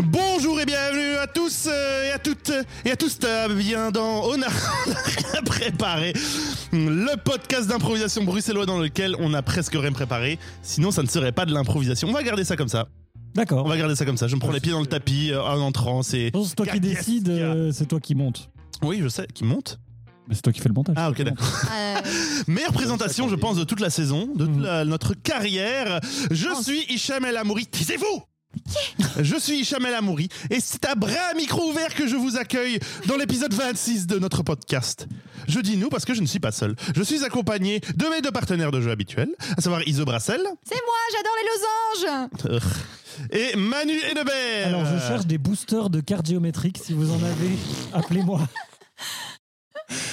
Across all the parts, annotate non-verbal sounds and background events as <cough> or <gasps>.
Bonjour et bienvenue à tous euh, et à toutes euh, et à tous euh, bien dans On a rien <laughs> préparé le podcast d'improvisation bruxellois dans lequel on a presque rien préparé sinon ça ne serait pas de l'improvisation on va garder ça comme ça on D'accord. va garder ça comme ça je me prends les pieds dans le tapis euh, en entrant c'est Bon, C'est toi qui Qu'est-ce décide, qu'il y a euh, c'est toi qui monte. oui je sais qui monte Mais c'est toi qui fais le montage. ah ok d'accord Euh, meilleure présentation je pense de toute la saison de toute Mhm. la- notre carrière je Oh. suis Hicham El Amouri taisez-vous je suis Hicham El Amouri et c'est à bras à micro ouvert que je vous accueille dans l'épisode 26 de notre podcast. Je dis nous parce que je ne suis pas seul. Je suis accompagné de mes deux partenaires de jeu habituels, à savoir Iso Brassel c'est moi, Ah, j'adore les losanges. euh, et Manu Hennebert. Alors je cherche des boosters de cartes géométriques, si vous en avez, appelez-moi.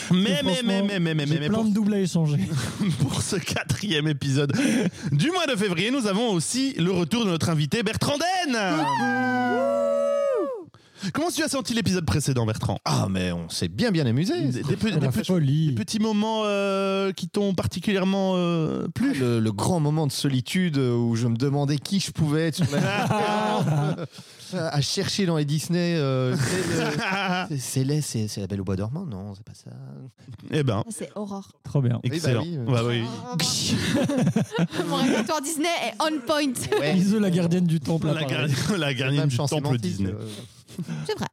Mais, Et mais, mais, franchement, mais, mais, <laughs> mais, J'ai mais, plein pour, de doubles à échanger. <laughs> pour ce quatrième épisode du mois de février, nous avons aussi le retour de notre invité Bertrand Den. Comment tu as senti l'épisode précédent, Bertrand Ah, mais on s'est bien bien amusé. Des- des pe- C'est des la petits- folie. Des petits moments euh, qui t'ont particulièrement euh, <laughs> plu. Le, le grand moment de solitude euh, où je me demandais qui je pouvais être sur la- Euh, à chercher dans les Disney. euh, <laughs> c'est le- c'est- c'est laid, c'est c'est la Belle au Bois dormant, non, c'est pas ça. eh ben, Ah, C'est Aurore. <laughs> Trop bien. excellent. oui. euh, ah. Bah oui. <laughs> Mon répertoire Disney est on point. Ouais. Iso, la gardienne du temple. La, apparaît. gar- <laughs> la gardienne Même du chance temple sémantique, Disney. euh, <laughs> C'est vrai.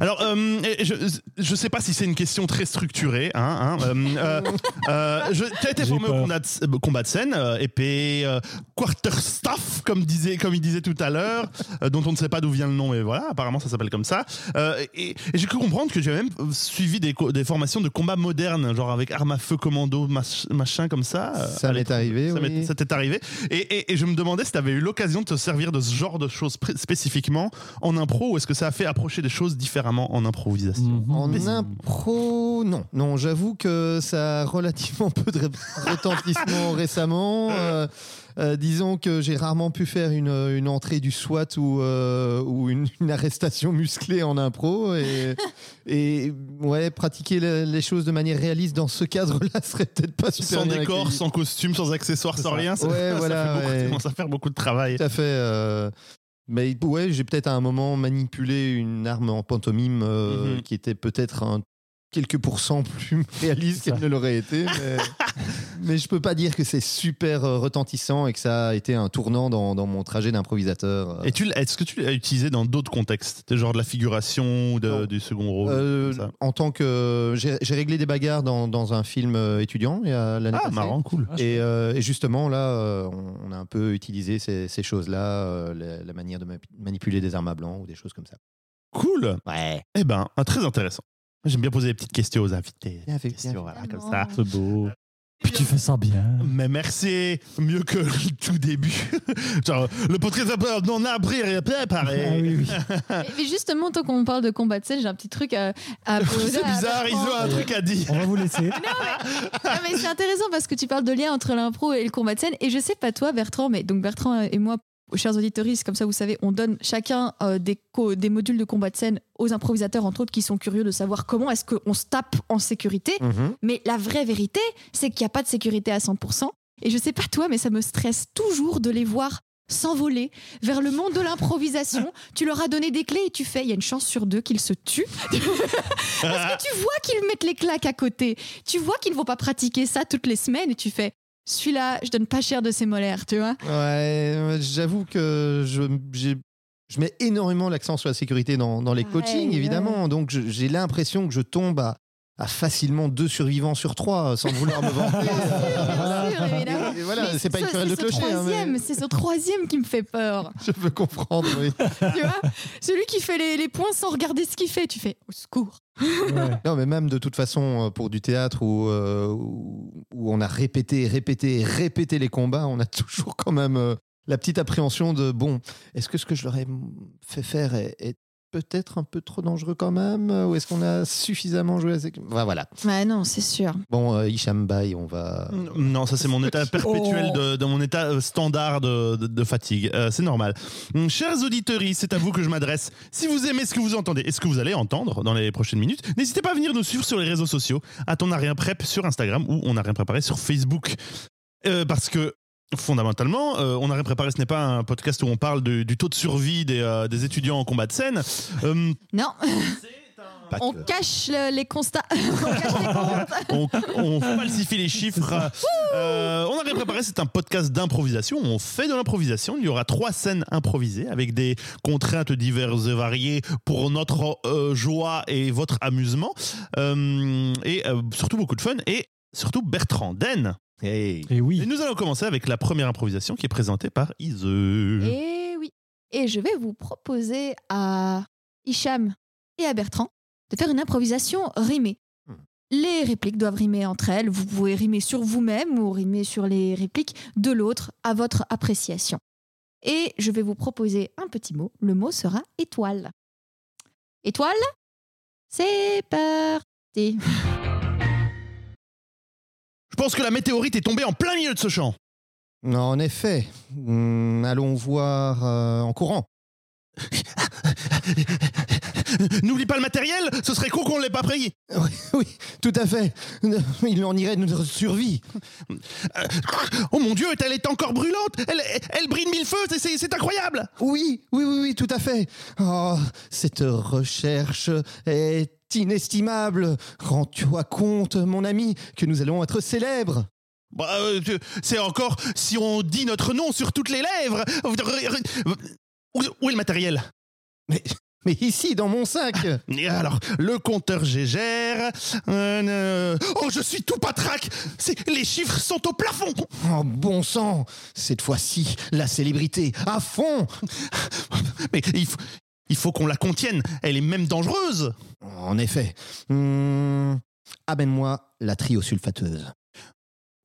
Alors, euh, et je, je sais pas si c'est une question très structurée. Hein, hein, euh, euh, euh, je- tu as été J'ai formé au peur. combat de, s- euh, combat de scène, euh, épée, euh, quarterstaff, comme, disait, comme il disait tout à l'heure, euh, dont on ne sait pas d'où vient le nom, mais voilà, apparemment ça s'appelle comme ça. Euh, et et j'ai cru comprendre que tu as même euh, suivi des, co- des formations de combat moderne, genre avec arme à feu, commando, mach- machin comme ça. euh, Ça à m'est l'époque. arrivé. Ça oui. m'est- ça t'est arrivé. Et, et- et je me demandais si tu avais eu l'occasion de te servir de ce genre de choses pré- spécifiquement en impro ou est-ce que ça a fait approcher des choses différemment en improvisation Hmm. Mhm. Mmh. En impro, non. Non, j'avoue que ça a relativement <laughs> peu de ré- <laughs> retentissement récemment. Euh, euh, disons que j'ai rarement pu faire une, une entrée du SWAT ou, euh, ou une, une arrestation musclée en impro. Et, <laughs> et ouais, pratiquer le- les choses de manière réaliste dans ce cadre-là serait peut-être pas super Sans bien décor, accueilli. sans costume, sans accessoires, sans ça. rien. Ça, Ouais, <laughs> ça voilà, fait beaucoup, ouais. ça commence à faire beaucoup de travail. Tout à fait. euh, mais ouais, j'ai peut-être à un moment manipulé une arme en pantomime euh, Mhm. qui était peut-être un quelques pourcents <laughs> plus réaliste C'est ça. qu'elle ne l'aurait été. <laughs> Mais, mais je peux pas dire que c'est super euh, retentissant et que ça a été un tournant dans, dans mon trajet d'improvisateur. euh. Et tu l'as- est-ce que tu l'as utilisé dans d'autres contextes Genre de la figuration ou de- Non. du second rôle Euh, comme ça en tant que j'ai j'ai réglé des bagarres dans, dans un film euh, étudiant il y a l'année Ah, passée. marrant, cool. Et, euh, et justement, là, euh, on, on a un peu utilisé ces, ces choses-là, euh, la, la manière de ma- manipuler des armes à blanc ou des choses comme ça. Cool Ouais. Eh ben, ah, très intéressant. J'aime bien poser des petites questions aux invités. Bien fait, Questions, bien fait. voilà, comme ça. C'est beau. Puis tu fais ça bien. Mais merci, mieux que le tout début. <laughs> Genre, le podcast après, non, après, Ah préparé. oui, oui. Mais mais justement, tant qu'on parle de combat de scène, j'ai un petit truc à, à poser. Ah C'est à bizarre, ils Bertrand. ont un truc à dire. On va <laughs> vous laisser. Non, mais c'est intéressant parce que tu parles de lien entre l'impro et le combat de scène. Et je sais pas toi, Bertrand, mais donc Bertrand et moi, chers auditeurs, comme ça vous savez, on donne chacun euh, des, co- des modules de combat de scène aux improvisateurs, entre autres, qui sont curieux de savoir comment est-ce qu'on se tape en sécurité. Mhm. Mais la vraie vérité, c'est qu'il n'y a pas de sécurité à 100%. Et je sais pas toi, mais ça me stresse toujours de les voir s'envoler vers le monde de <laughs> l'improvisation. tu leur as donné des clés et tu fais, il y a une chance sur deux qu'ils se tuent. <laughs> Parce que tu vois qu'ils mettent les claques à côté. Tu vois qu'ils ne vont pas pratiquer ça toutes les semaines et tu fais, celui-là, je donne pas cher de ses molaires, tu vois. Ouais, j'avoue que je, j'ai- je mets énormément l'accent sur la sécurité dans, dans les Pareil, coachings, ouais. évidemment. Donc, je- j'ai l'impression que je tombe à, à facilement deux survivants sur trois, euh, sans vouloir me vanter. <laughs> Bien sûr, évidemment. Et voilà, Mais c'est pas une ce- querelle de c'est ce clocher, hein, mais- troisième, C'est ce troisième qui me fait peur. <laughs> Je peux comprendre, oui. Tu <laughs> vois Celui qui fait les, les points sans regarder ce qu'il fait. Tu fais, au secours. Ouais. Non, mais même de toute façon, euh, pour du théâtre où, euh, où où on a répété, répété, répété les combats, on a <laughs> toujours quand même euh, la petite appréhension de bon, est-ce que ce que je leur ai m- fait faire est, est peut-être un peu trop dangereux quand même euh, Ou est-ce qu'on a suffisamment joué à ces... Enfin, Voilà. Ouais, non, c'est sûr. Bon, euh, Hicham Bay, on va. Euh, Non, ça c'est mon état perpétuel, de, de mon état euh, standard de, de- de fatigue. Euh, c'est normal. Hum, Chers auditeurs, c'est à vous que je m'adresse. Si vous aimez ce que vous entendez et ce que vous allez entendre dans les prochaines minutes, n'hésitez pas à venir nous suivre sur les réseaux sociaux, à ton rien prep sur Instagram ou on n'a rien préparé sur Facebook. Euh, parce que fondamentalement, euh, on a préparé, ce n'est pas un podcast où on parle du, du taux de survie des, euh, des étudiants en combat de scène. Euh, Non, Pas on que- cache le- les constats. <laughs> on cache les <laughs> constats. on, on falsifie les chiffres. Euh, on a préparé, c'est un podcast d'improvisation. On fait de l'improvisation. Il y aura trois scènes improvisées avec des contraintes diverses et variées pour notre euh, joie et votre amusement. Euh, et euh, surtout beaucoup de fun. Et surtout Bertrand Den. Hey. Et Et oui. nous allons commencer avec la première improvisation qui est présentée par Ise. Mmh. Et Et Eh oui. Et je vais vous proposer à Hicham et à Bertrand de faire une improvisation rimée. Mmh. Hmm. Les répliques doivent rimer entre elles. Vous pouvez rimer sur vous-même ou rimer sur les répliques de l'autre à votre appréciation. Et je vais vous proposer un petit mot. Le mot sera étoile. Étoile C'est parti. Je pense que la météorite est tombée en plein milieu de ce champ. <laughs> En effet, Hmm, allons voir euh, en courant. N'oublie pas le matériel, ce serait con qu'on ne l'ait pas pris. Oui, tout à fait. <laughs> Il en irait de notre survie. Oh mon dieu, elle est encore brûlante Elle, elle brille de mille feux, c'est- c'est c'est incroyable Oui, oui, oui, oui, tout à fait. Oh, cette recherche est inestimable. Rends-toi compte, mon ami, que nous allons être célèbres. Bah, euh, tu- C'est encore si on dit notre nom sur toutes les lèvres Où, où est le matériel Mais ici, dans mon sac. Et alors, le compteur Gégère... euh, euh, oh, je suis tout patraque C'est- Les chiffres sont au plafond Oh, bon sang. Cette fois-ci, la célébrité, à fond. Mais il faut, il faut qu'on la contienne, elle est même dangereuse En effet. Hmm, Amène-moi la triosulfateuse.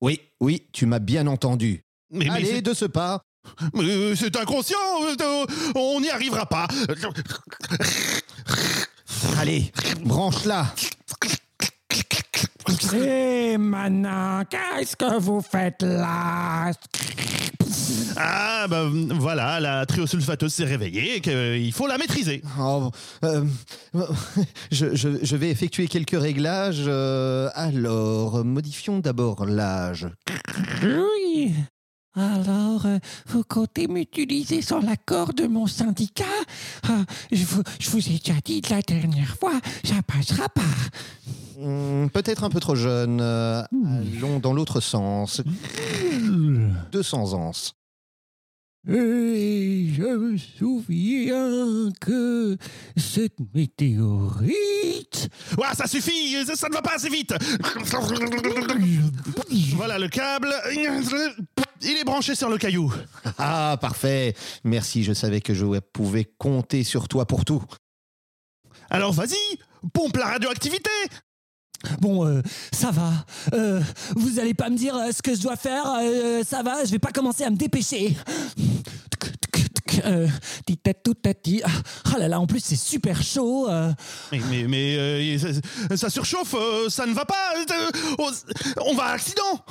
Oui, oui, tu m'as bien entendu. mais, mais Allez, Eh ben, c'est- de ce pas, mais, euh, c'est inconscient, euh, on n'y arrivera pas. Allez, branche-la. Et maintenant, qu'est-ce que vous faites là Ah bah voilà, la triosulfateuse s'est réveillée, et qu'il faut la maîtriser. Oh, euh, <laughs> je, je- je vais effectuer quelques réglages. euh, alors, modifions d'abord l'âge. Oui. Alors, euh, vous comptez m'utiliser sans l'accord de mon syndicat Ah, je, vous, je vous ai déjà dit la dernière fois, ça passera pas. Hmm, Peut-être un peu trop jeune. euh, Allons dans l'autre sens. 200 ans. Et je me souviens que cette météorite... Ouah, ça suffit, ça, ça ne va pas assez vite. Voilà le câble. Il est branché sur le caillou. Ah, parfait. Merci, je savais que je pouvais compter sur toi pour tout. Alors vas-y, pompe la radioactivité. Bon, euh, ça va. Euh, vous allez pas me dire euh, ce que je dois faire. euh, ça va, je vais pas commencer à me dépêcher. Euh, tic-tac-tou-tac-ti. Ah là là, en plus c'est super chaud. euh. Mais, mais, mais, euh, ça, ça surchauffe, euh, ça ne va pas. euh, on, on va à accident.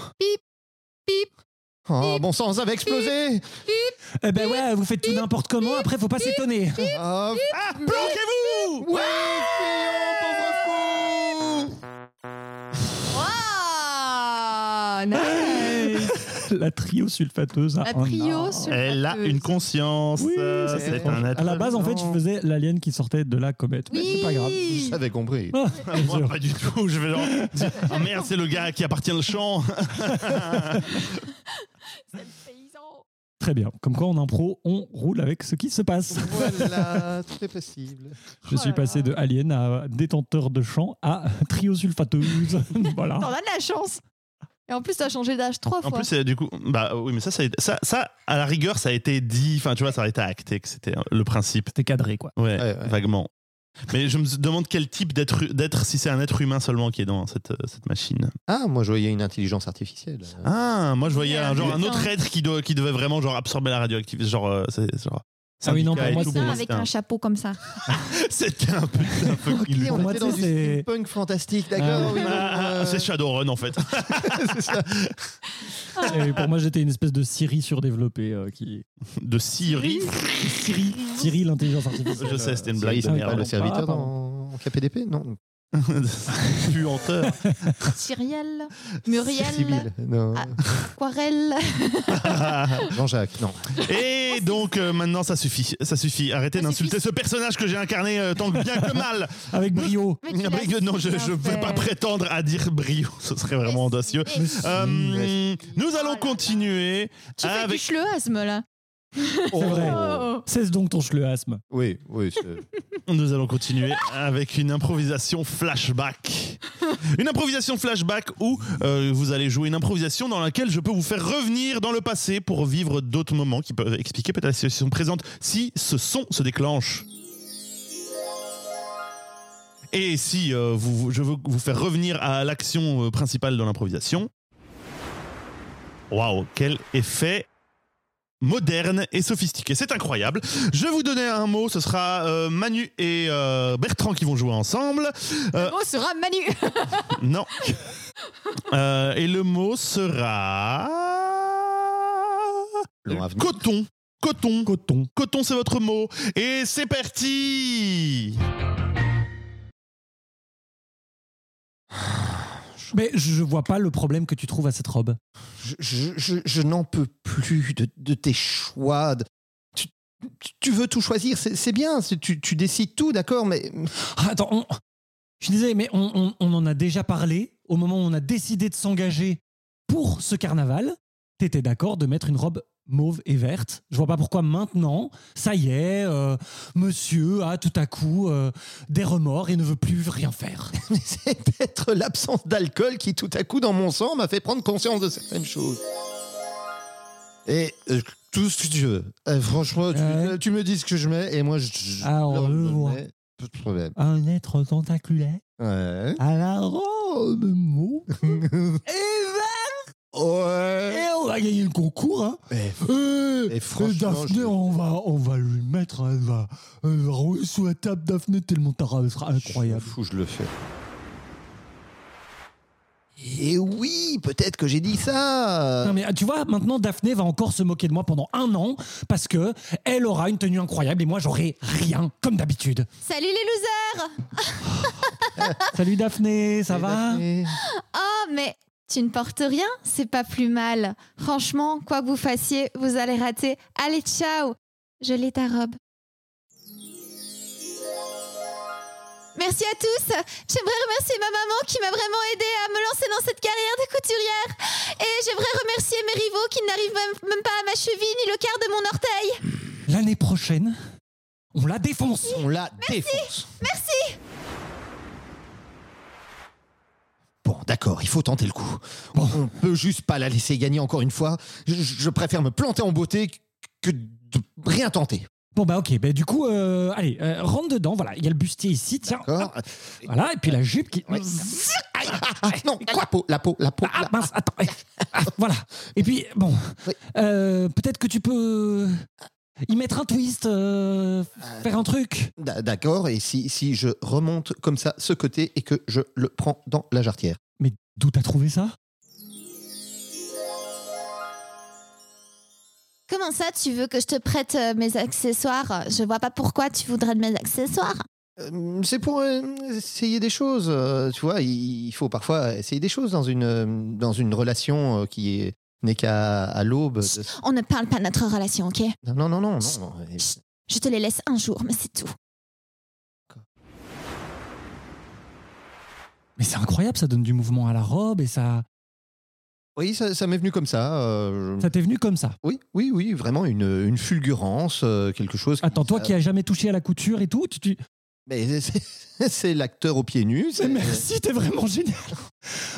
Oh, bon sang, ça va exploser. Eh ben ouais, vous faites tout n'importe comment. Après, faut pas s'étonner. Ah, Ah, bloquez-vous. ouais, pauvre fou. Waouh <laughs> Nice. <laughs> La trio sulfateuse. La Oh trio sur Elle a une conscience. Oui, euh, c'est c'est vrai. un être. À la base, en fait, je faisais l'alien qui sortait de la comète. Mais Oui. c'est pas grave. J'avais compris. Ah, Moi, pas du tout. Je vais genre. dire, Ah merde, c'est le gars qui appartient le champ. Très bien. Comme quoi, en impro, on roule avec ce qui se passe. Voilà, tout est possible. Je suis là passé de alien à détenteur de champ à trio sulfateuse. <laughs> voilà. T'en as de la chance. Et en plus, t'as changé d'âge trois En fois. plus, c'est- du coup, bah oui, mais ça, ça, ça, ça, à la rigueur, ça a été dit, enfin, tu vois, ça a été acté que c'était euh, le principe. C'était cadré, quoi. Ouais, Ouais, ouais. vaguement. Mais je me demande quel type d'être, d'être, si c'est un être humain seulement qui est dans cette, euh, cette machine. Ah, moi, je voyais une intelligence artificielle. Ah, moi, je voyais Yeah, un, genre, un putain. autre être qui, doit- qui devait vraiment genre, absorber la radioactivité. Genre, euh, c'est, c'est genre. Ah oui, non, syndicat pour et moi, tout, Ça, c'est- avec un chapeau <laughs> comme ça. C'était un peu. un peu Ok, illusoire. on moi, était tu dans sais, du c'est- steampunk fantastique, Ah. d'accord oui, Ah, euh, c'est Shadowrun en fait. c'est ça. Ah. Et pour moi, j'étais une espèce de Siri surdéveloppée euh, qui. De Siri. Siri. Siri, l'intelligence artificielle. Je sais, c'était une Euh, blague Blaise, de ah oui, merde. pas pardon. le serviteur Ah, pardon. en, en KPDP Non. <laughs> Puanteur. <laughs> Cyrielle, Sibylle, Muriel, non. Ah. <laughs> Aquarelle. Jean-Jacques, non. Et donc euh, maintenant ça suffit, ça suffit. Arrêtez Ça d'insulter suffit. ce personnage que j'ai incarné euh, tant que bien que <laughs> mal. Avec brio. Mais tu l'as Mais que non, je bien ne vais fait. pas prétendre à dire brio, <laughs> ce serait vraiment audacieux. Et- et- Euh, nous Oh là allons là. continuer Tu fais du avec. schleuasme là. C'est vrai. Oh. Cesse donc ton schleuasme. Oui, oui. c'est- Nous allons continuer avec une improvisation flashback. Une improvisation flashback où euh, vous allez jouer une improvisation dans laquelle je peux vous faire revenir dans le passé pour vivre d'autres moments qui peuvent expliquer peut-être la situation présente si ce son se déclenche. Et si euh, vous- vous- je veux vous faire revenir à l'action euh, principale dans l'improvisation. Waouh, quel effet moderne et sophistiqué. C'est incroyable. Je vais vous donner un mot, ce sera euh, Manu et euh, Bertrand qui vont jouer <laughs> ensemble. Euh, Oh, sera Manu. <laughs> non. Euh, et le mot sera... Laurent Avenir. Coton. Coton. Coton. Coton, c'est votre mot. Et c'est parti Mais je vois pas le problème que tu trouves à cette robe. Je, je- je- je n'en peux plus de, de tes choix. de- Tu, tu- tu veux tout choisir, c'est c'est bien, c'est- tu, tu décides tout, d'accord, mais Ah, Attends, on- je suis désolé, mais on, on- on en a déjà parlé. Au moment où on a décidé de s'engager pour ce carnaval, t'étais d'accord de mettre une robe mauve et verte. Je vois pas pourquoi maintenant, ça y est, euh, monsieur a tout à coup euh, des remords et ne veut plus rien faire. mais <laughs> c'est peut-être l'absence d'alcool qui, tout à coup, dans mon sang, m'a fait prendre conscience de certaines choses. Et euh, tout ce que tu veux. Euh, franchement, tu, Ouais. tu me dis ce que je mets et moi, je. je- Alors, je on le mets. voit. Pas de problème. <laughs> Un être tentaculé <laughs> Ouais. à la robe mauve et verte. <laughs> Et ouais. Eh, on va gagner le concours, hein. Et, Eh, et franchement, Daphné, je- on, va, on va lui mettre, hein, elle va, elle va rouler sous la table, Daphné, tellement ta robe sera incroyable. Fou, je le fais. Et Eh oui, peut-être que j'ai dit ça. Non mais ah, tu vois, maintenant Daphné va encore se moquer de moi pendant un an parce que elle aura une tenue incroyable et moi j'aurai rien comme d'habitude. Salut les losers. Salut Daphné, ça Et va Eh, Daphné, Oh, mais tu ne portes rien, c'est pas plus mal. Franchement, quoi que vous fassiez, vous allez rater. Allez, ciao. Je l'ai ta robe. Merci à tous. J'aimerais remercier ma maman qui m'a vraiment aidée à me lancer dans cette carrière de couturière. Et j'aimerais remercier mes rivaux qui n'arrivent même, même pas à ma cheville ni le quart de mon orteil. L'année prochaine, on la défonce. On la défonce. Merci. Bon, d'accord, il faut tenter le coup. On, on peut juste pas la laisser gagner encore une fois. Je, je- je préfère me planter en beauté que de rien tenter. Bon bah ok, bah, du coup, euh, allez, euh, rentre dedans, voilà, il y a le bustier ici, tiens. D'accord Voilà, et puis la jupe qui... Ouais. Aïe, ah, ah, non, la peau, la peau, la peau. Ah la- mince, attends. eh. Ah, voilà. Et puis, bon, Oui. euh, peut-être que tu peux y mettre un twist, euh, faire un truc. D'a- D'accord, et si, si je remonte comme ça ce côté et que je le prends dans la jarretière Mais d'où t'as trouvé ça Comment ça, tu veux que je te prête euh, mes accessoires Je vois pas pourquoi tu voudrais de mes accessoires. Euh, C'est pour euh, essayer des choses, euh, tu vois. Il il faut parfois essayer des choses dans une, euh, dans une relation euh, qui est- n'est qu'à à l'aube. de- On ne parle pas de notre relation, ok Non, non, non, non. non. Et- Je te les laisse un jour, mais c'est tout. Mais c'est incroyable, ça donne du mouvement à la robe et ça. Oui, ça, ça m'est venu comme ça. euh, je- Ça t'est venu comme ça. Oui, oui, oui, vraiment une, une fulgurance, euh, quelque chose. Attends, toi ça- qui as jamais touché à la couture et tout, tu. tu- Mais c'est- <laughs> c'est l'acteur aux pieds nus. <laughs> c'est- Merci, t'es vraiment génial.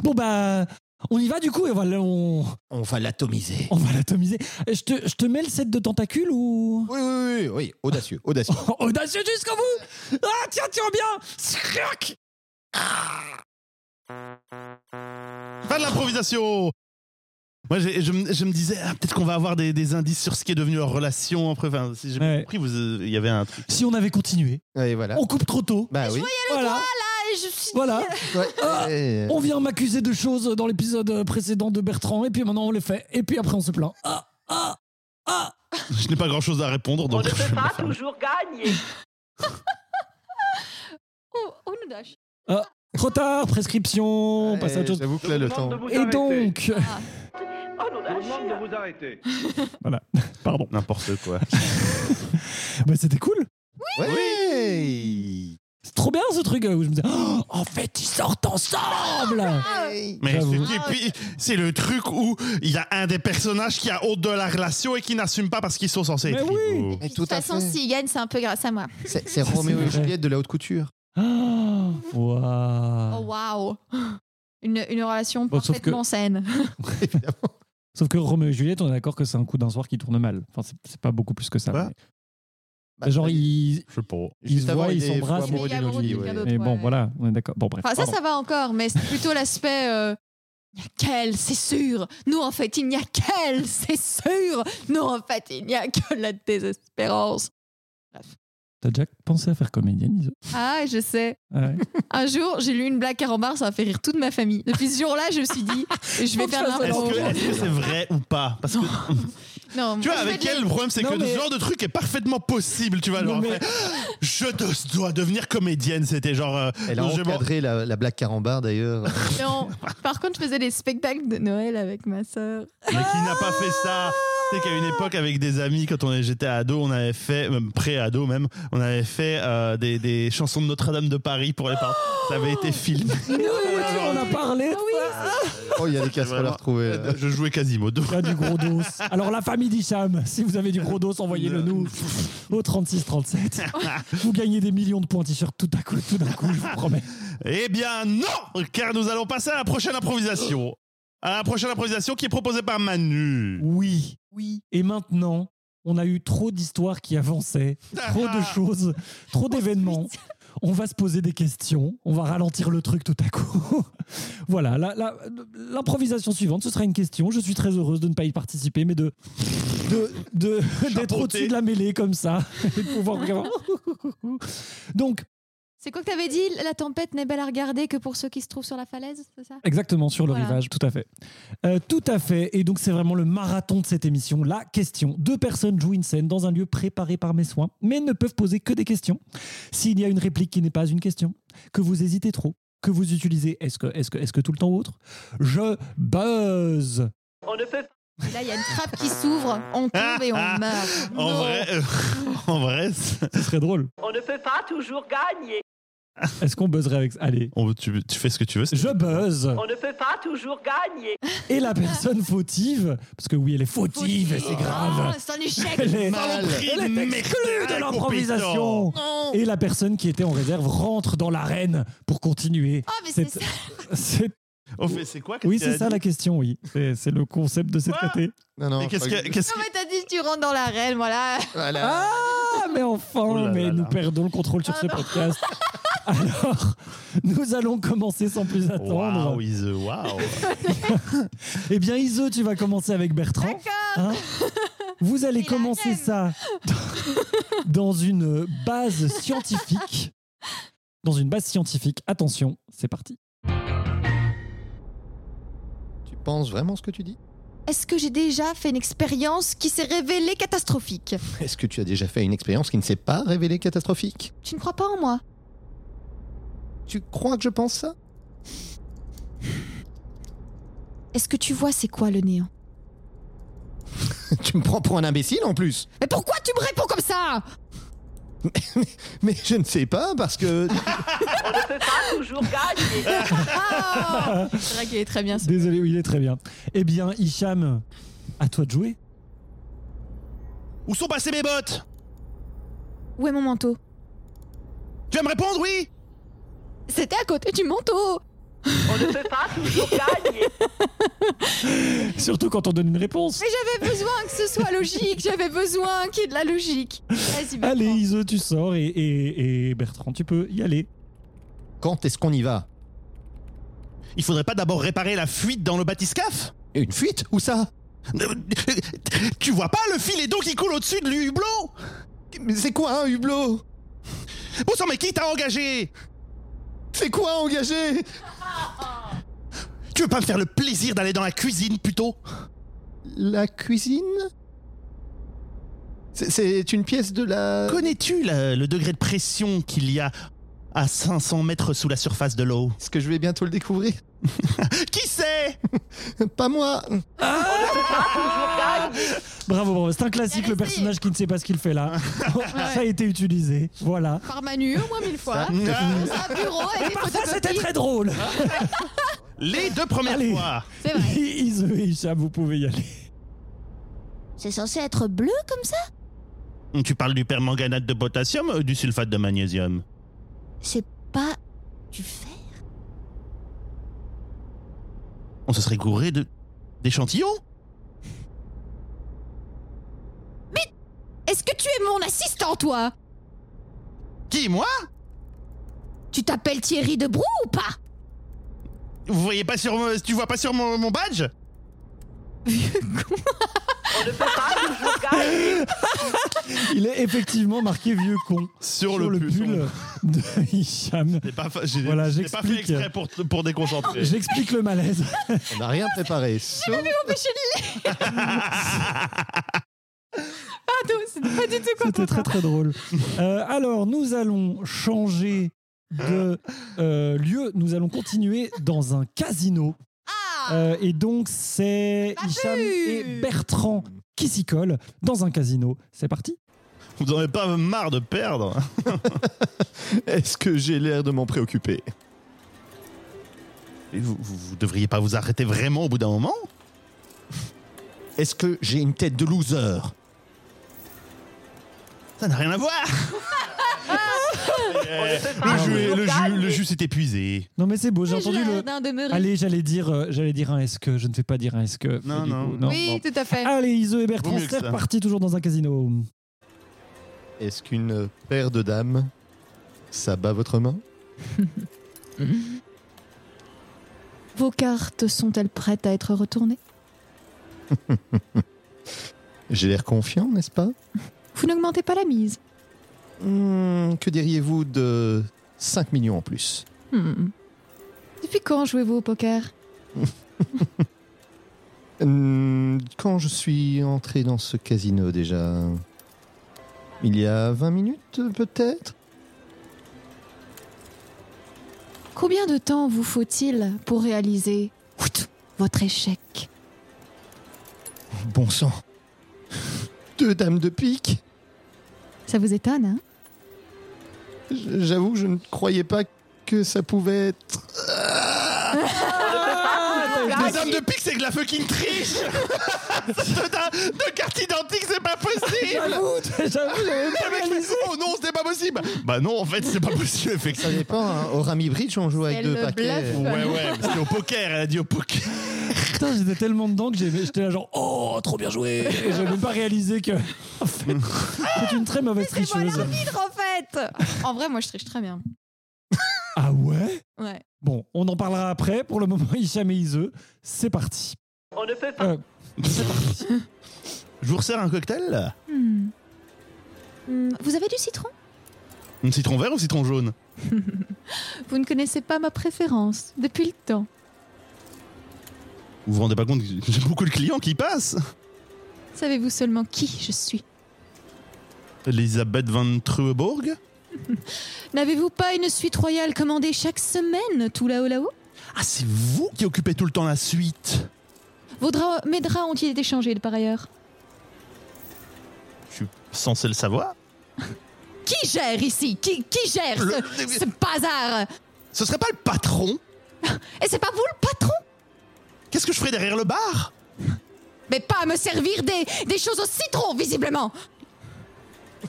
Bon, bah. On y va du coup et voilà, on, On va l'atomiser. on va l'atomiser. Je te, je te mets le set de tentacules ou. <laughs> Oui, oui, oui, oui, audacieux, audacieux. Audacieux jusqu'au bout Ah, tiens, tiens bien Scriac Fin de l'improvisation moi, j'ai- je, me- je me disais, ah, peut-être qu'on va avoir des, des indices sur ce qui est devenu leur relation. Après, enfin, si j'ai bien Ouais. compris, vous, euh, il y avait un truc. Si on avait continué, Et voilà. on coupe trop tôt. Bah oui. Voilà. Ah, je suis... Voilà, Ouais, Ah, et- on vient m'accuser de choses dans l'épisode précédent de Bertrand, et puis maintenant on les fait, et puis après on se plaint. Ah, ah, ah Je n'ai pas grand-chose à répondre, On donc <laughs> ne je vais peut me pas <laughs> fermer. toujours gagner. <laughs> Oh, oh, Nadash. Ah, Trop tard, prescription, on passe à Eh, autre chose. J'avoue que là, le temps. Et donc, euh, Ah, Oh, On vous demande de vous arrêter. pardon, N'importe quoi. bah, c'était cool. Ouais. C'est trop bien ce truc euh, où je me disais, Oh, en fait, ils sortent ensemble. Ah. Mais J'avoue. c'est- et puis, c'est le truc où il y a un des personnages qui a honte de la relation et qui n'assume pas parce qu'ils sont censés Mais être oui. rivaux. <laughs> Mais de tout toute à façon, fait. s'il gagne, c'est un peu grâce à moi. C'est c'est Ça, Roméo c'est et vrai. Juliette de la haute couture. Ah, Oh, waouh. waouh <gasps> une, une relation Ah. Bon, sauf que- parfaitement saine. <laughs> Sauf que Roméo et Juliette, on est d'accord que c'est un coup d'un soir qui tourne mal. Enfin, c'est- c'est pas beaucoup plus que ça. Ouais. mais- Genre, ils, Je sais pas. ils Bah, Juste se avant, voient, il ils est fou s'embrassent. amoureux Bah, Il est d'une autre amoureux fille, d'une ouais. gadote. Mais bon, Ouais. voilà, on est d'accord. Bon, bref. Enfin, ça, pardon. ça va encore, mais c'est plutôt l'aspect. euh, Il n'y a qu'elle, c'est sûr. Nous, en fait, il n'y a qu'elle, c'est sûr. Nous, en fait, il n'y a que la désespérance. T'as déjà pensé à faire comédienne, Iso Ah, je sais. Ouais. Un jour, j'ai lu une blague carambar, ça a fait rire toute ma famille. Depuis ce jour-là, je me suis dit, je vais Faut faire que ça soit Est-ce l'impro. que est-ce que c'est vrai ou pas Parce que Non, tu vois, moi, je avec fais de elle, le problème, c'est Non, que mais- ce genre de truc est parfaitement possible. Tu vois, Non, genre, mais- je te- dois devenir comédienne. C'était genre. euh, Elle a non, je m'en- encadré la, la blague carambar d'ailleurs. <laughs> Non. Par contre, je faisais des spectacles de Noël avec ma sœur. Mais qui n'a pas fait ça Tu sais qu'à une époque, avec des amis, quand on est- j'étais ado, on avait fait, même pré-ado même, on avait fait euh, des, des chansons de Notre-Dame de Paris pour les parents. Ça avait été <laughs> filmé. Ah, on a parlé de ça. <laughs> oh, il y a des casseroles à <laughs> retrouver. euh. là. Je jouais Quasimodo. Il y a du gros dos. Alors, la famille d'Issam, si vous avez du gros dos, envoyez-le nous au 36-37. Vous gagnez des millions de points en t-shirt tout à coup, tout d'un coup, je vous promets. Eh bien non Car nous allons passer à la prochaine improvisation. À la prochaine improvisation qui est proposée par Manu. Oui. Oui. Et maintenant, on a eu trop d'histoires qui avançaient, trop de choses, trop d'événements. On va se poser des questions, on va ralentir le truc tout à coup. <laughs> voilà, la- la- l'improvisation suivante, ce sera une question. Je suis très heureuse de ne pas y participer, mais de de- de- d'être Chapeauté. au-dessus de la mêlée comme ça. <laughs> et de pouvoir vraiment- Donc, C'est quoi que t'avais dit La tempête n'est belle à regarder que pour ceux qui se trouvent sur la falaise, c'est ça Exactement, sur le Voilà. rivage, tout à fait. Euh, tout à fait, et donc c'est vraiment le marathon de cette émission, la question. Deux personnes jouent une scène dans un lieu préparé par mes soins, mais ne peuvent poser que des questions. S'il y a une réplique qui n'est pas une question, que vous hésitez trop, que vous utilisez est-ce que, est que, est que tout le temps ou autre, je buzz. On ne peut Et là, il y a une trappe qui s'ouvre, <laughs> on tombe et Ah, on meurt. Ah, En Non. vrai, euh, <laughs> en vrai, c'est- Ce serait drôle. on ne peut pas toujours gagner. Est-ce qu'on buzzerait avec... Allez. on- tu, tu fais ce que tu veux. c'est- Je buzz On ne peut pas toujours gagner. et <laughs> la personne fautive, parce que oui, elle est fautive, et c'est grave. Oh, c'est un échec. Elle est, Mal. elle est exclue de l'improvisation. Non. Et la personne qui était en réserve rentre dans l'arène pour continuer. Oh, mais c'est C'est- ça. <laughs> C'est- On fait, c'est quoi que Oui, tu c'est as ça dit la question, oui. C'est c'est le concept de cette Quoi caté. Non, non, Mais qu'est-ce je crois que- qu'est-ce Non, que- mais t'as dit, tu rentres dans l'arène, voilà. Voilà. Ah, mais enfin, Oh là mais là nous là. perdons le contrôle sur Ah ce non. <laughs> podcast. Alors, nous allons commencer sans plus attendre. Waouh, is a- waouh. Eh bien, Iso, tu vas commencer avec Bertrand. Hein Vous allez Il a commencer un ça dans une base scientifique. Dans une base scientifique. Attention, c'est parti. Tu penses vraiment ce que tu dis Est-ce que j'ai déjà fait une expérience qui s'est révélée catastrophique Est-ce que tu as déjà fait une expérience qui ne s'est pas révélée catastrophique Tu ne crois pas en moi Tu crois que je pense ça <laughs> Est-ce que tu vois c'est quoi le néant Tu me prends pour un imbécile en plus Mais pourquoi tu me réponds comme ça Mais je ne sais pas parce que On ne peut pas toujours gagner. Ah C'est vrai qu'il est très bien ce Désolé, oui, il est très bien. Eh bien, Hicham, à toi de jouer. Où sont passées mes bottes Où est mon manteau Tu vas me répondre, oui C'était à côté du manteau On ne peut pas toujours gagner. Surtout quand on donne une réponse. Mais j'avais besoin que ce soit logique, j'avais besoin qu'il y ait de la logique. Vas-y, Bertrand. Allez, Iso, tu sors et, et- et Bertrand, tu peux y aller. quand est-ce qu'on y va Il faudrait pas d'abord réparer la fuite dans le bathyscaphe Une fuite Où ça Euh, Tu vois pas le filet d'eau qui coule au-dessus de l'hublot Mais c'est quoi un hublot Bon sang, mais qui t'a engagé C'est quoi engagé Tu veux pas me faire le plaisir d'aller dans la cuisine plutôt Euh. La cuisine C'est- C'est une pièce de la... Connais-tu la- le degré de pression qu'il y a à 500 mètres sous la surface de l'eau. Est-ce que je vais bientôt le découvrir <laughs> Qui sait Pas moi Bravo, bravo. C'est un classique, le Merci. personnage qui ne sait pas ce qu'il fait <laughs> là. Ça a été utilisé. Voilà. Par Manu, au moins mille fois. Dans un bureau avec des Parfois, Ah, c'était photocopies. très drôle. Les deux premières Allez. fois. C'est <laughs> vrai. Ise et Hicham, vous pouvez y aller. C'est censé être bleu comme ça Tu parles du permanganate de potassium ou du sulfate de magnésium C'est pas du fer On se serait gouré de d'échantillons Est-ce que tu es mon assistant, toi Qui moi Tu t'appelles Thierry Debroux ou pas Vous voyez pas sur mon- tu vois pas sur mon, mon badge On ne peut pas toujours gagner. Il est effectivement marqué vieux con Sur, pull de Hicham. J'ai pas, fa- j'ai- Voilà, j'ai pas fait j'explique. exprès pour, pour déconcentrer. J'explique le <laughs> malaise. On n'a rien préparé. sauf- Pardon, c'était pas du tout C'était très très drôle. Euh, alors, nous allons changer de euh, lieu. Nous allons continuer dans un casino. Euh, et donc, c'est On l'a Hicham Ah vu. et Bertrand qui s'y collent dans un casino. C'est parti. Vous en avez pas marre de perdre Est-ce que j'ai l'air de m'en préoccuper Et vous, vous, vous devriez pas vous arrêter vraiment au bout d'un moment Est-ce que j'ai une tête de loser Ça n'a rien à <laughs> voir On ne peut Le pas jus, est- toujours le jus, le gagner. jus s'est épuisé. Non, mais c'est beau, j'ai entendu le. Jardin de Meurice. Allez, j'allais dire, euh, j'allais dire un est-ce que. Je ne fais pas dire un est-ce que. Non, Du non. coup, Oui, tout à fait. Allez, Iso et Vaut Bertrand, mieux que c'est ça. reparti toujours dans un casino. Est-ce qu'une paire de dames, ça bat votre main Vos cartes sont-elles prêtes à être retournées J'ai l'air confiant, n'est-ce pas Vous n'augmentez pas la mise. Hmm, Que diriez-vous de 5 millions en plus Hmm. Depuis quand jouez-vous au poker Hmm, Quand je suis entré dans ce casino déjà Il y a 20 minutes peut-être Combien de temps vous faut-il pour réaliser votre échec Bon sang Deux dames de pique Ça vous étonne, hein J'avoue, je ne croyais pas que ça pouvait être. Les hommes de pique, c'est que la fucking <laughs> triche Deux da- deux cartes identiques, c'est pas possible J'avoue, j'avoue, j'avais pas réalisé. Oh non, c'est pas possible Bah non, en fait, c'est pas possible, Ça effectivement. dépend, hein. au Rami Bridge, on joue avec C'est deux le paquets. bluff. Ouais, ouais, c'était au poker, elle a dit au poker. Putain, j'étais tellement dedans que j'avais- j'étais là genre oh trop bien joué. Et j'avais même pas réalisé que <laughs> en fait, c'est une très mauvaise tricheuse. en fait <laughs> En vrai, moi, je triche très bien. Ah ouais. Ouais. Bon, on en parlera après. Pour le moment, Hicham et Iseu, c'est parti. On ne peut pas. Euh, c'est parti. Je vous resserre un cocktail Hmm. Hmm, Vous avez du citron Un citron vert ou citron jaune Vous ne connaissez pas ma préférence depuis le temps. Vous vous rendez pas compte que j'ai beaucoup de clients qui passent Savez-vous seulement qui je suis Elisabeth van Trueborg N'avez-vous pas une suite royale commandée chaque semaine, tout là-haut là-haut Ah, c'est vous qui occupez tout le temps la suite Vos draps, mes draps ont-ils été changés par ailleurs Je suis censé le savoir. Qui gère ici qui, qui gère ce, Le- ce bazar Ce serait pas le patron Et c'est pas vous le patron Qu'est-ce que je ferais derrière le bar Mais pas à me servir des, des choses au citron, visiblement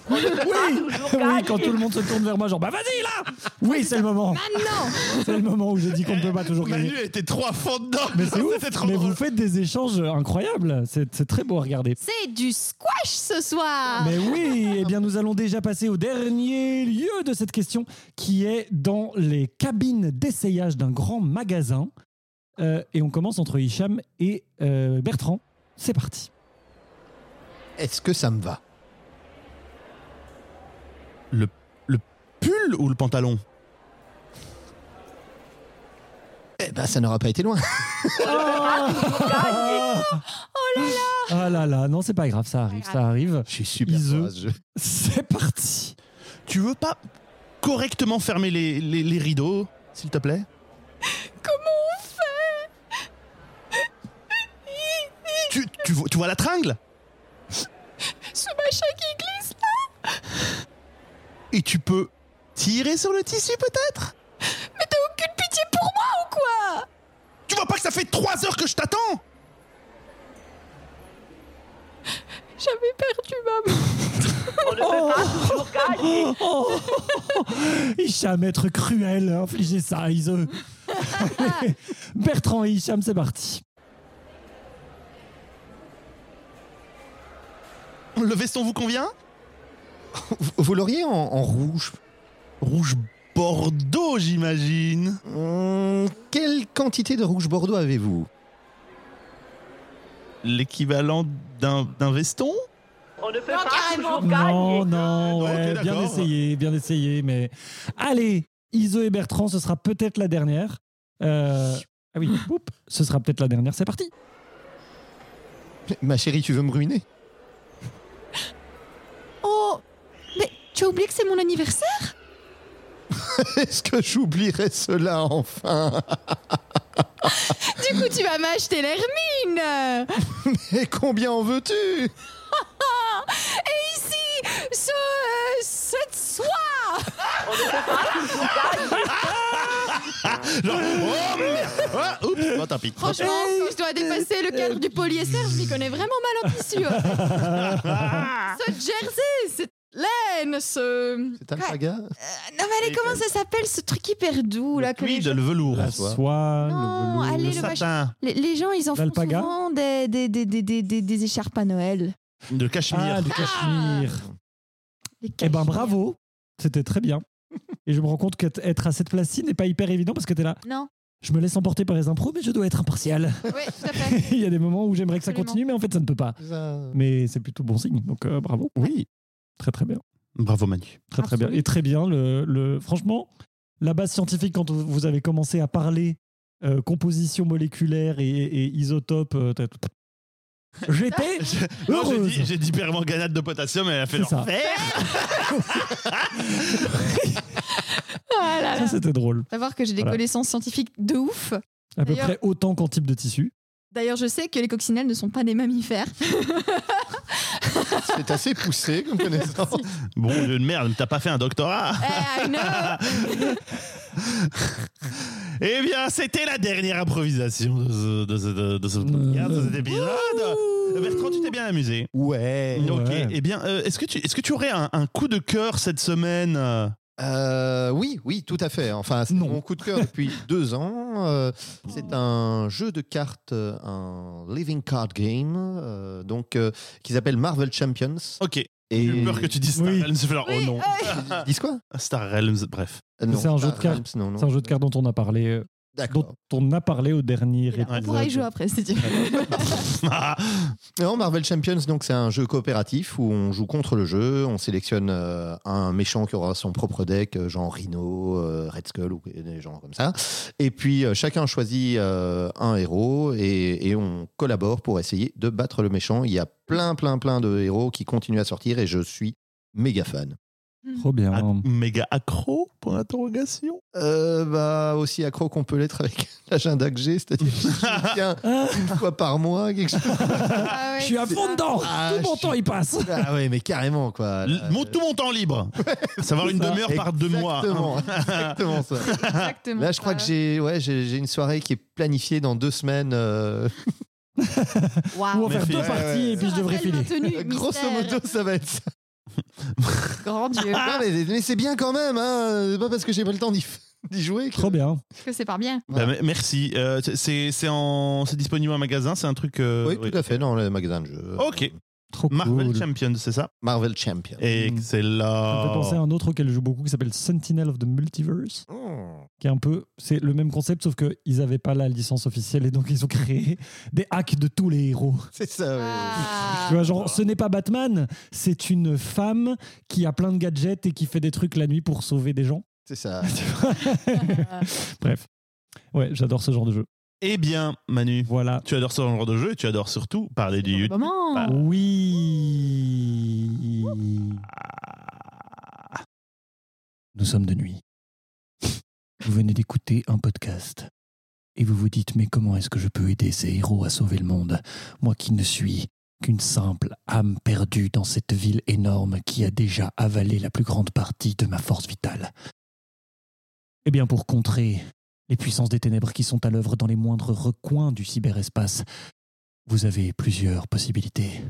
Toujours Oui, quand tout gagner. le monde se tourne vers moi genre bah vas-y là. Oui, c'est le moment. Maintenant C'est le moment où j'ai dit qu'on ne peut pas toujours gagner. Manu était trois fois dedans Mais c'est ouf. Bah, <laughs> Ah, C'était trop Mais drôle. vous faites des échanges incroyables. C'est c'est très beau à regarder. C'est du squash ce soir Mais oui, eh bien nous allons déjà passer au dernier lieu de cette question qui est dans les cabines d'essayage d'un grand magasin. Euh, et on commence entre Hicham et euh, Bertrand. C'est parti. Est-ce que ça me va Le, le pull ou le pantalon Eh ben, ça n'aura pas été loin. Ah Ah là là, non c'est pas grave, ça arrive, ça arrive. Je suis super Iseux. fort à ce jeu. C'est parti. Tu veux pas correctement fermer les, les- les rideaux, s'il te plaît Comment on fait tu, tu vois, tu vois la tringle Ce machin qui glisse là Et tu peux tirer sur le tissu peut-être Mais t'as aucune pitié pour moi ou quoi Tu vois pas que ça fait trois heures que je t'attends J'avais perdu maman. On ne peut pas toujours gagner. Oh, Hicham, être cruel, infliger ça à <laughs> Iseu. Allez, Bertrand et Hicham, c'est parti. Le veston vous convient Vous- Vous l'auriez en, en rouge Rouge bordeaux, j'imagine. Hum, Quelle quantité de rouge bordeaux avez-vous L'équivalent d'un d'un veston On ne peut Non, pas carrément. toujours gagner. Non, non, Ok, ouais, bien d'accord. essayé, bien essayé, mais... Allez, Iseu et Bertrand, ce sera peut-être la dernière. Euh, Ah <laughs> oui, boum, ce sera peut-être la dernière, c'est parti. Ma chérie, tu veux me ruiner Oh Mais tu as oublié que c'est mon anniversaire Est-ce que j'oublierai cela enfin Du coup, tu vas m'acheter l'hermine Et combien en veux-tu Ici, ce, euh, cette soie On ne peut pas toujours gagner. Genre, oh merde Ah, Oups, bon, tant pis. Franchement, quand je dois dépasser le cadre du polyester, je m'y connais vraiment mal en <laughs> tissu. hein. ce jersey, cette laine, ce... C'est alpaga Euh, Non mais allez, comment ça s'appelle ce truc hyper doux là que les Quid, gens... le velours. Ah, La soie, Non, le allez, velours. Le le machin- satin, Les, les gens, ils en font L'alpaga souvent des, des, des, des, des, des- des écharpes à Noël. de cachemire. Ah, du cachemire. Les Eh ben cachemires. bravo, c'était très bien. Et je me rends compte qu'être à cette place-ci n'est pas hyper évident parce que t'es là. Non, Je me laisse emporter par les impros, mais je dois être impartial. <laughs> oui, tout à <laughs> fait. Il y a des moments où j'aimerais que ça Absolument. continue, mais en fait, ça ne peut pas. Mais c'est plutôt bon signe, donc euh, bravo. Oui. Très très bien. Bravo Manu. Très très bien. Absolument. Et très bien, le, le- franchement, la base scientifique, quand vous avez commencé à parler euh, composition moléculaire et, et isotope, <laughs> euh, t'as- j'étais Non, j'ai heureuse. dit- J'ai dit permanganate de potassium et elle a fait C'est ça. l'enfer. Ah là là. Ça, c'était drôle. Savoir que j'ai des Voilà. connaissances scientifiques de ouf. À peu D'ailleurs- près autant qu'en type de tissu. D'ailleurs, je sais que les coccinelles ne sont pas des mammifères. C'est assez poussé comme connaissance. Bon, Dieu de merde, t'as pas fait un doctorat. Eh, I know. <laughs> Eh bien, c'était la dernière improvisation de ce, de ce- de- de ce podcast, de cet épisode. Bertrand, tu t'es bien amusé. Ouais. Ok. Ouais. Eh bien, euh, est-ce que tu est-ce que tu aurais un, un coup de cœur cette semaine euh, Euh, oui, oui, tout à fait. Enfin, c'est Non. mon coup de cœur <laughs> depuis deux ans. Euh, c'est un jeu de cartes, euh, un living card game, euh, donc euh, qui s'appelle Marvel Champions. Oh, Ok. Et J'ai eu peur que tu dises Star Oui. Realms. j'ai fait genre, oh non. Dis quoi Star Realms, bref. <laughs> Euh, non, C'est un jeu de pas cartes. Realms, non, non. C'est un jeu de cartes dont on a parlé, euh, dont D'accord. on a parlé au dernier Et là, on épisode. pourra y jouer après, si tu veux. Ah, Non, Marvel Champions, donc c'est un jeu coopératif où on joue contre le jeu, on sélectionne euh, un méchant qui aura son propre deck, euh, genre Rhino, euh, Red Skull ou des gens comme ça. Et puis euh, chacun choisit euh, un héros et, et on collabore pour essayer de battre le méchant. Il y a plein, plein, plein de héros qui continuent à sortir et je suis méga fan. Trop bien. ac- méga accro Point d'interrogation. Euh, bah aussi accro qu'on peut l'être avec <laughs> l'agenda que j'ai, c'est-à-dire <laughs> que je tiens Ah, une fois par mois quelque chose. Ah ouais, je suis à c'est fond ça. dedans. Ah, Tout mon je- temps, il passe. Ah ouais, mais carrément quoi. L- mon- tout mon temps libre. À savoir une C'est ça. demi-heure par deux mois. <laughs> Exactement, exactement ça. Exactement. Là, je crois que j'ai ouais, j'ai j'ai une soirée qui est planifiée dans deux semaines. euh, Ou Waouh. on va faire Méfiez. deux Ouais, parties ouais. et puis je devrais Raphaël filer. maintenu, grosso mystère. modo, ça va être ça. Grand Dieu. Non, mais mais c'est bien quand même, hein. C'est pas parce que j'ai pas le temps d'y f- d'y jouer. que- Trop bien. que c'est pas bien. Bah, me- merci. Euh, c'est- c'est c'est en c'est disponible en magasin. C'est un truc. euh, Oui, oui. Oh. tout à fait, dans le magasin de jeux. euh, Ok. Trop Marvel cool. Champions, c'est ça Marvel Champion. Ça me fait penser à Excellent. un autre auquel je joue beaucoup qui s'appelle Sentinel of the Multiverse, Oh. qui est un peu, c'est le même concept sauf qu'ils n'avaient pas la licence officielle et donc ils ont créé des hacks de tous les héros. C'est ça, ouais. Ah. Tu vois, genre, ce n'est pas Batman, c'est une femme qui a plein de gadgets et qui fait des trucs la nuit pour sauver des gens. <laughs> C'est ça. Tu vois Euh, Bref. Ouais, j'adore ce genre de jeu. Eh bien, Manu, Voilà. tu adores ce genre de jeu et tu adores surtout parler du YouTube. Moment. Bah. Oui. Nous sommes de nuit. Vous venez d'écouter un podcast. Et vous vous dites, mais comment est-ce que je peux aider ces héros à sauver le monde Moi qui ne suis qu'une simple âme perdue dans cette ville énorme qui a déjà avalé la plus grande partie de ma force vitale. Eh bien, pour contrer les puissances des ténèbres qui sont à l'œuvre dans les moindres recoins du cyberespace, vous avez plusieurs possibilités.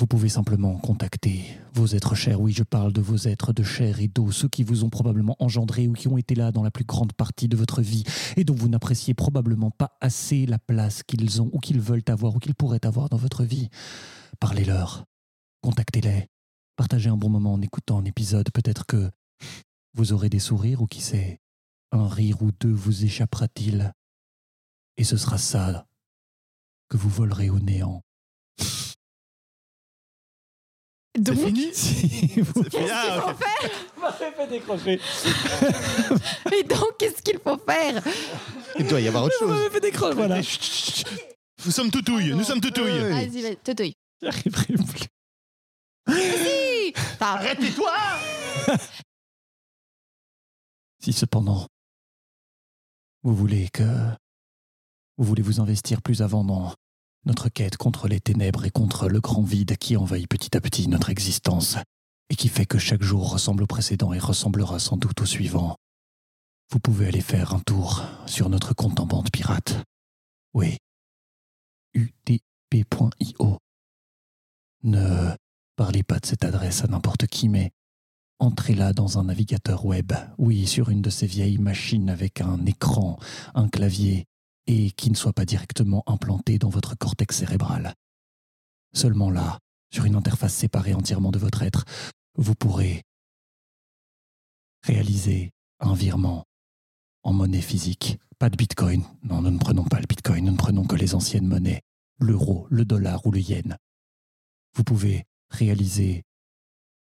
Vous pouvez simplement contacter vos êtres chers, oui je parle de vos êtres de chair et d'eau, ceux qui vous ont probablement engendré ou qui ont été là dans la plus grande partie de votre vie et dont vous n'appréciez probablement pas assez la place qu'ils ont ou qu'ils veulent avoir ou qu'ils pourraient avoir dans votre vie. Parlez-leur, contactez-les, partagez un bon moment en écoutant un épisode, peut-être que vous aurez des sourires ou qui sait, un rire ou deux vous échappera-t-il. Et ce sera ça que vous volerez au néant. Donc, <laughs> Si vous- C'est fini. qu'est-ce qu'il Ah, faut ok. faire <laughs> Et donc, qu'est-ce qu'il faut faire Il doit y avoir autre chose. <laughs> Voilà, Nous sommes toutouilles, nous sommes toutouilles. Oui. Vas-y, vas-y, Totoï. j'y arriverai plus. Enfin, Arrêtez-toi <laughs> Si cependant vous voulez que vous voulez vous investir plus avant dans notre quête contre les ténèbres et contre le grand vide qui envahit petit à petit notre existence et qui fait que chaque jour ressemble au précédent et ressemblera sans doute au suivant, vous pouvez aller faire un tour sur notre compte en bande pirate. Oui. utp.io. Ne parlez pas de cette adresse à n'importe qui, mais Entrez là dans un navigateur web, oui, sur une de ces vieilles machines avec un écran, un clavier, et qui ne soit pas directement implanté dans votre cortex cérébral. Seulement là, sur une interface séparée entièrement de votre être, vous pourrez réaliser un virement en monnaie physique. Pas de bitcoin, non, nous ne prenons pas le bitcoin, nous ne prenons que les anciennes monnaies, l'euro, le dollar ou le yen. Vous pouvez réaliser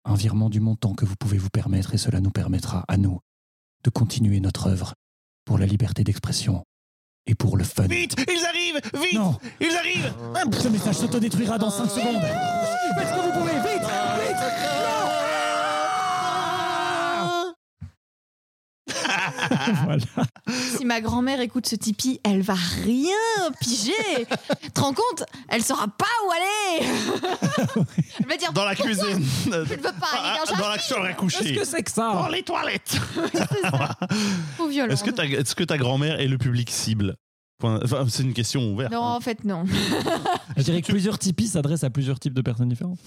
un virement du montant que vous pouvez vous permettre et cela nous permettra à nous de continuer notre œuvre pour la liberté d'expression et pour le fun. Vite Ils arrivent Vite Non, Ils arrivent ce message s'autodétruira dans 5 secondes. Faites ce que vous pouvez, vite, vite. Voilà. si ma grand-mère écoute ce Tipeee, elle va rien piger. tu te rends compte Elle saura pas où aller. elle va dire Dans la cuisine Je ne veux Ah, pas aller dans Dans la chambre à coucher c'est que Dans ça les <laughs> toilettes un faux violent. Ah. Est-ce que, ta- est-ce que ta grand-mère est le public cible Point- Enfin, c'est une question ouverte. Non, en fait, non. Je dirais que plusieurs Tipeee s'adressent à plusieurs types de personnes différentes.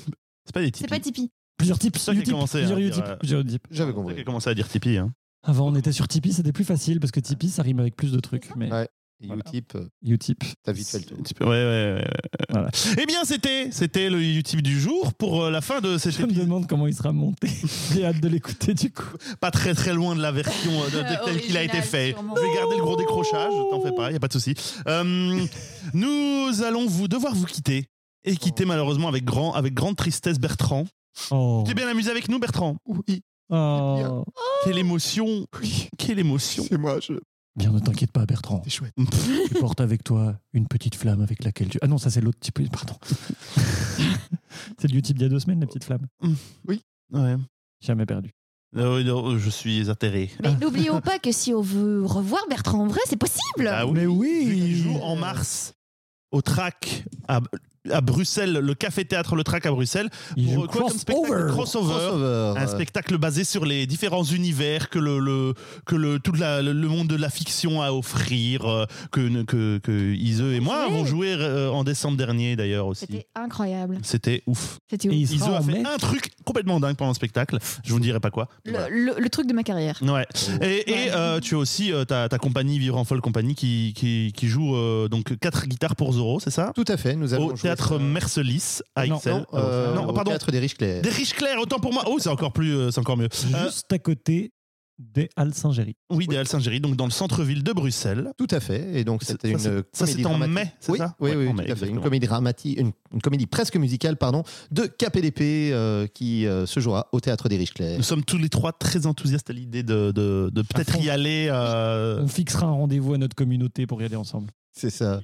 C'est pas des C'est types. pas Tipeee. Plusieurs types, C'est toi qui as Utip, commencé à plusieurs dire, Utip, euh, plusieurs Utip. J'avais J'ai compris. commencé à dire Tipeee. Hein. Avant, on était sur Tipeee, c'était plus facile parce que Tipeee, ça rime avec plus de trucs. Mais Ouais. Utip, euh, Utip, t'as vite fait le tour. Tipeee, Ouais, ouais, ouais. ouais. Voilà. Eh bien, c'était, c'était le Utip du jour pour euh, la fin de cet je me épisode. demande comment il sera monté. J'ai hâte de l'écouter du coup. Pas très très loin de la version euh, de, de Euh, telle qu'il a été original, fait. sûrement. Je vais garder le gros décrochage, t'en fais pas, y a pas de souci. <laughs> Euh, nous allons vous devoir vous quitter et Oh. quitter malheureusement avec grand avec grande tristesse Bertrand. Oh. T'es bien amusé avec nous Bertrand Oui. Oh. Quelle émotion Quelle émotion C'est moi, je. Bien, ne t'inquiète pas, Bertrand. C'est chouette. Tu portes avec toi une petite flamme avec laquelle tu. Ah non, ça c'est l'autre type. Pardon. c'est le type d'il y a deux semaines, la petite flamme. Ouais. Jamais perdu. Euh, non, je suis atterré. Mais N'oublions pas que si on veut revoir Bertrand en vrai, c'est possible. Ah Mais oui. Vu qu'il joue en mars au Trac à, à Bruxelles, le café théâtre le Trac à Bruxelles. Il joue Pour quoi comme spectacle crossover. Crossover. Un spectacle basé sur les différents univers que le, le- que le tout la- le le monde de la fiction a à offrir euh, que que, que Ise et moi Jouer. avons joué euh, en décembre dernier d'ailleurs aussi. C'était incroyable. C'était ouf. C'était Et ouf. il Ise sera a en fait mai. un truc complètement dingue pendant le spectacle. Je vous dirai pas quoi. Le, le- le truc de ma carrière. Ouais. Oh. Et, et, Ouais. euh, tu as aussi euh, ta, ta compagnie Vivre en folle compagnie qui, qui, qui joue euh, donc quatre guitares pour Zoro, c'est ça Tout à fait, nous allons. Au jouer théâtre ça. Mercelis à Non, Ixelles. Non, euh, Non, au pardon. théâtre des riches clairs. Des riches clairs, autant pour moi. Oh, c'est encore plus, euh, c'est encore mieux. Euh, Juste à côté des Halles Saint-Géry. oui, des Halles Saint-Géry, donc dans le centre-ville de Bruxelles. Tout à fait. Et donc, Ça, c'était ça, une c'est- comédie ça, c'est en dramatique. mai, c'est oui, ça Oui, Ouais, oui, en tout mai, à fait. Une exactement. comédie dramatique, une, une comédie presque musicale, pardon, de KPDP euh, qui euh, se jouera au Théâtre des Riches Clairs. Nous sommes tous les trois très enthousiastes à l'idée de, de, de peut-être fond. y aller. euh, On fixera un rendez-vous à notre communauté pour y aller ensemble. C'est ça.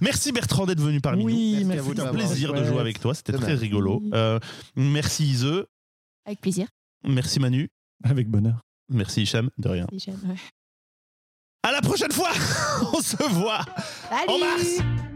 Merci Bertrand d'être venu parmi nous. oui, Merci à merci. vous de C'était un m'avoir plaisir de Ouais. jouer avec toi, c'était Demain. très rigolo. Euh, merci Ise, Avec plaisir. merci Manu. Avec bonheur. Merci Hicham, de rien. Si j'aime, ouais. <laughs> À la prochaine fois On se voit en Salut mars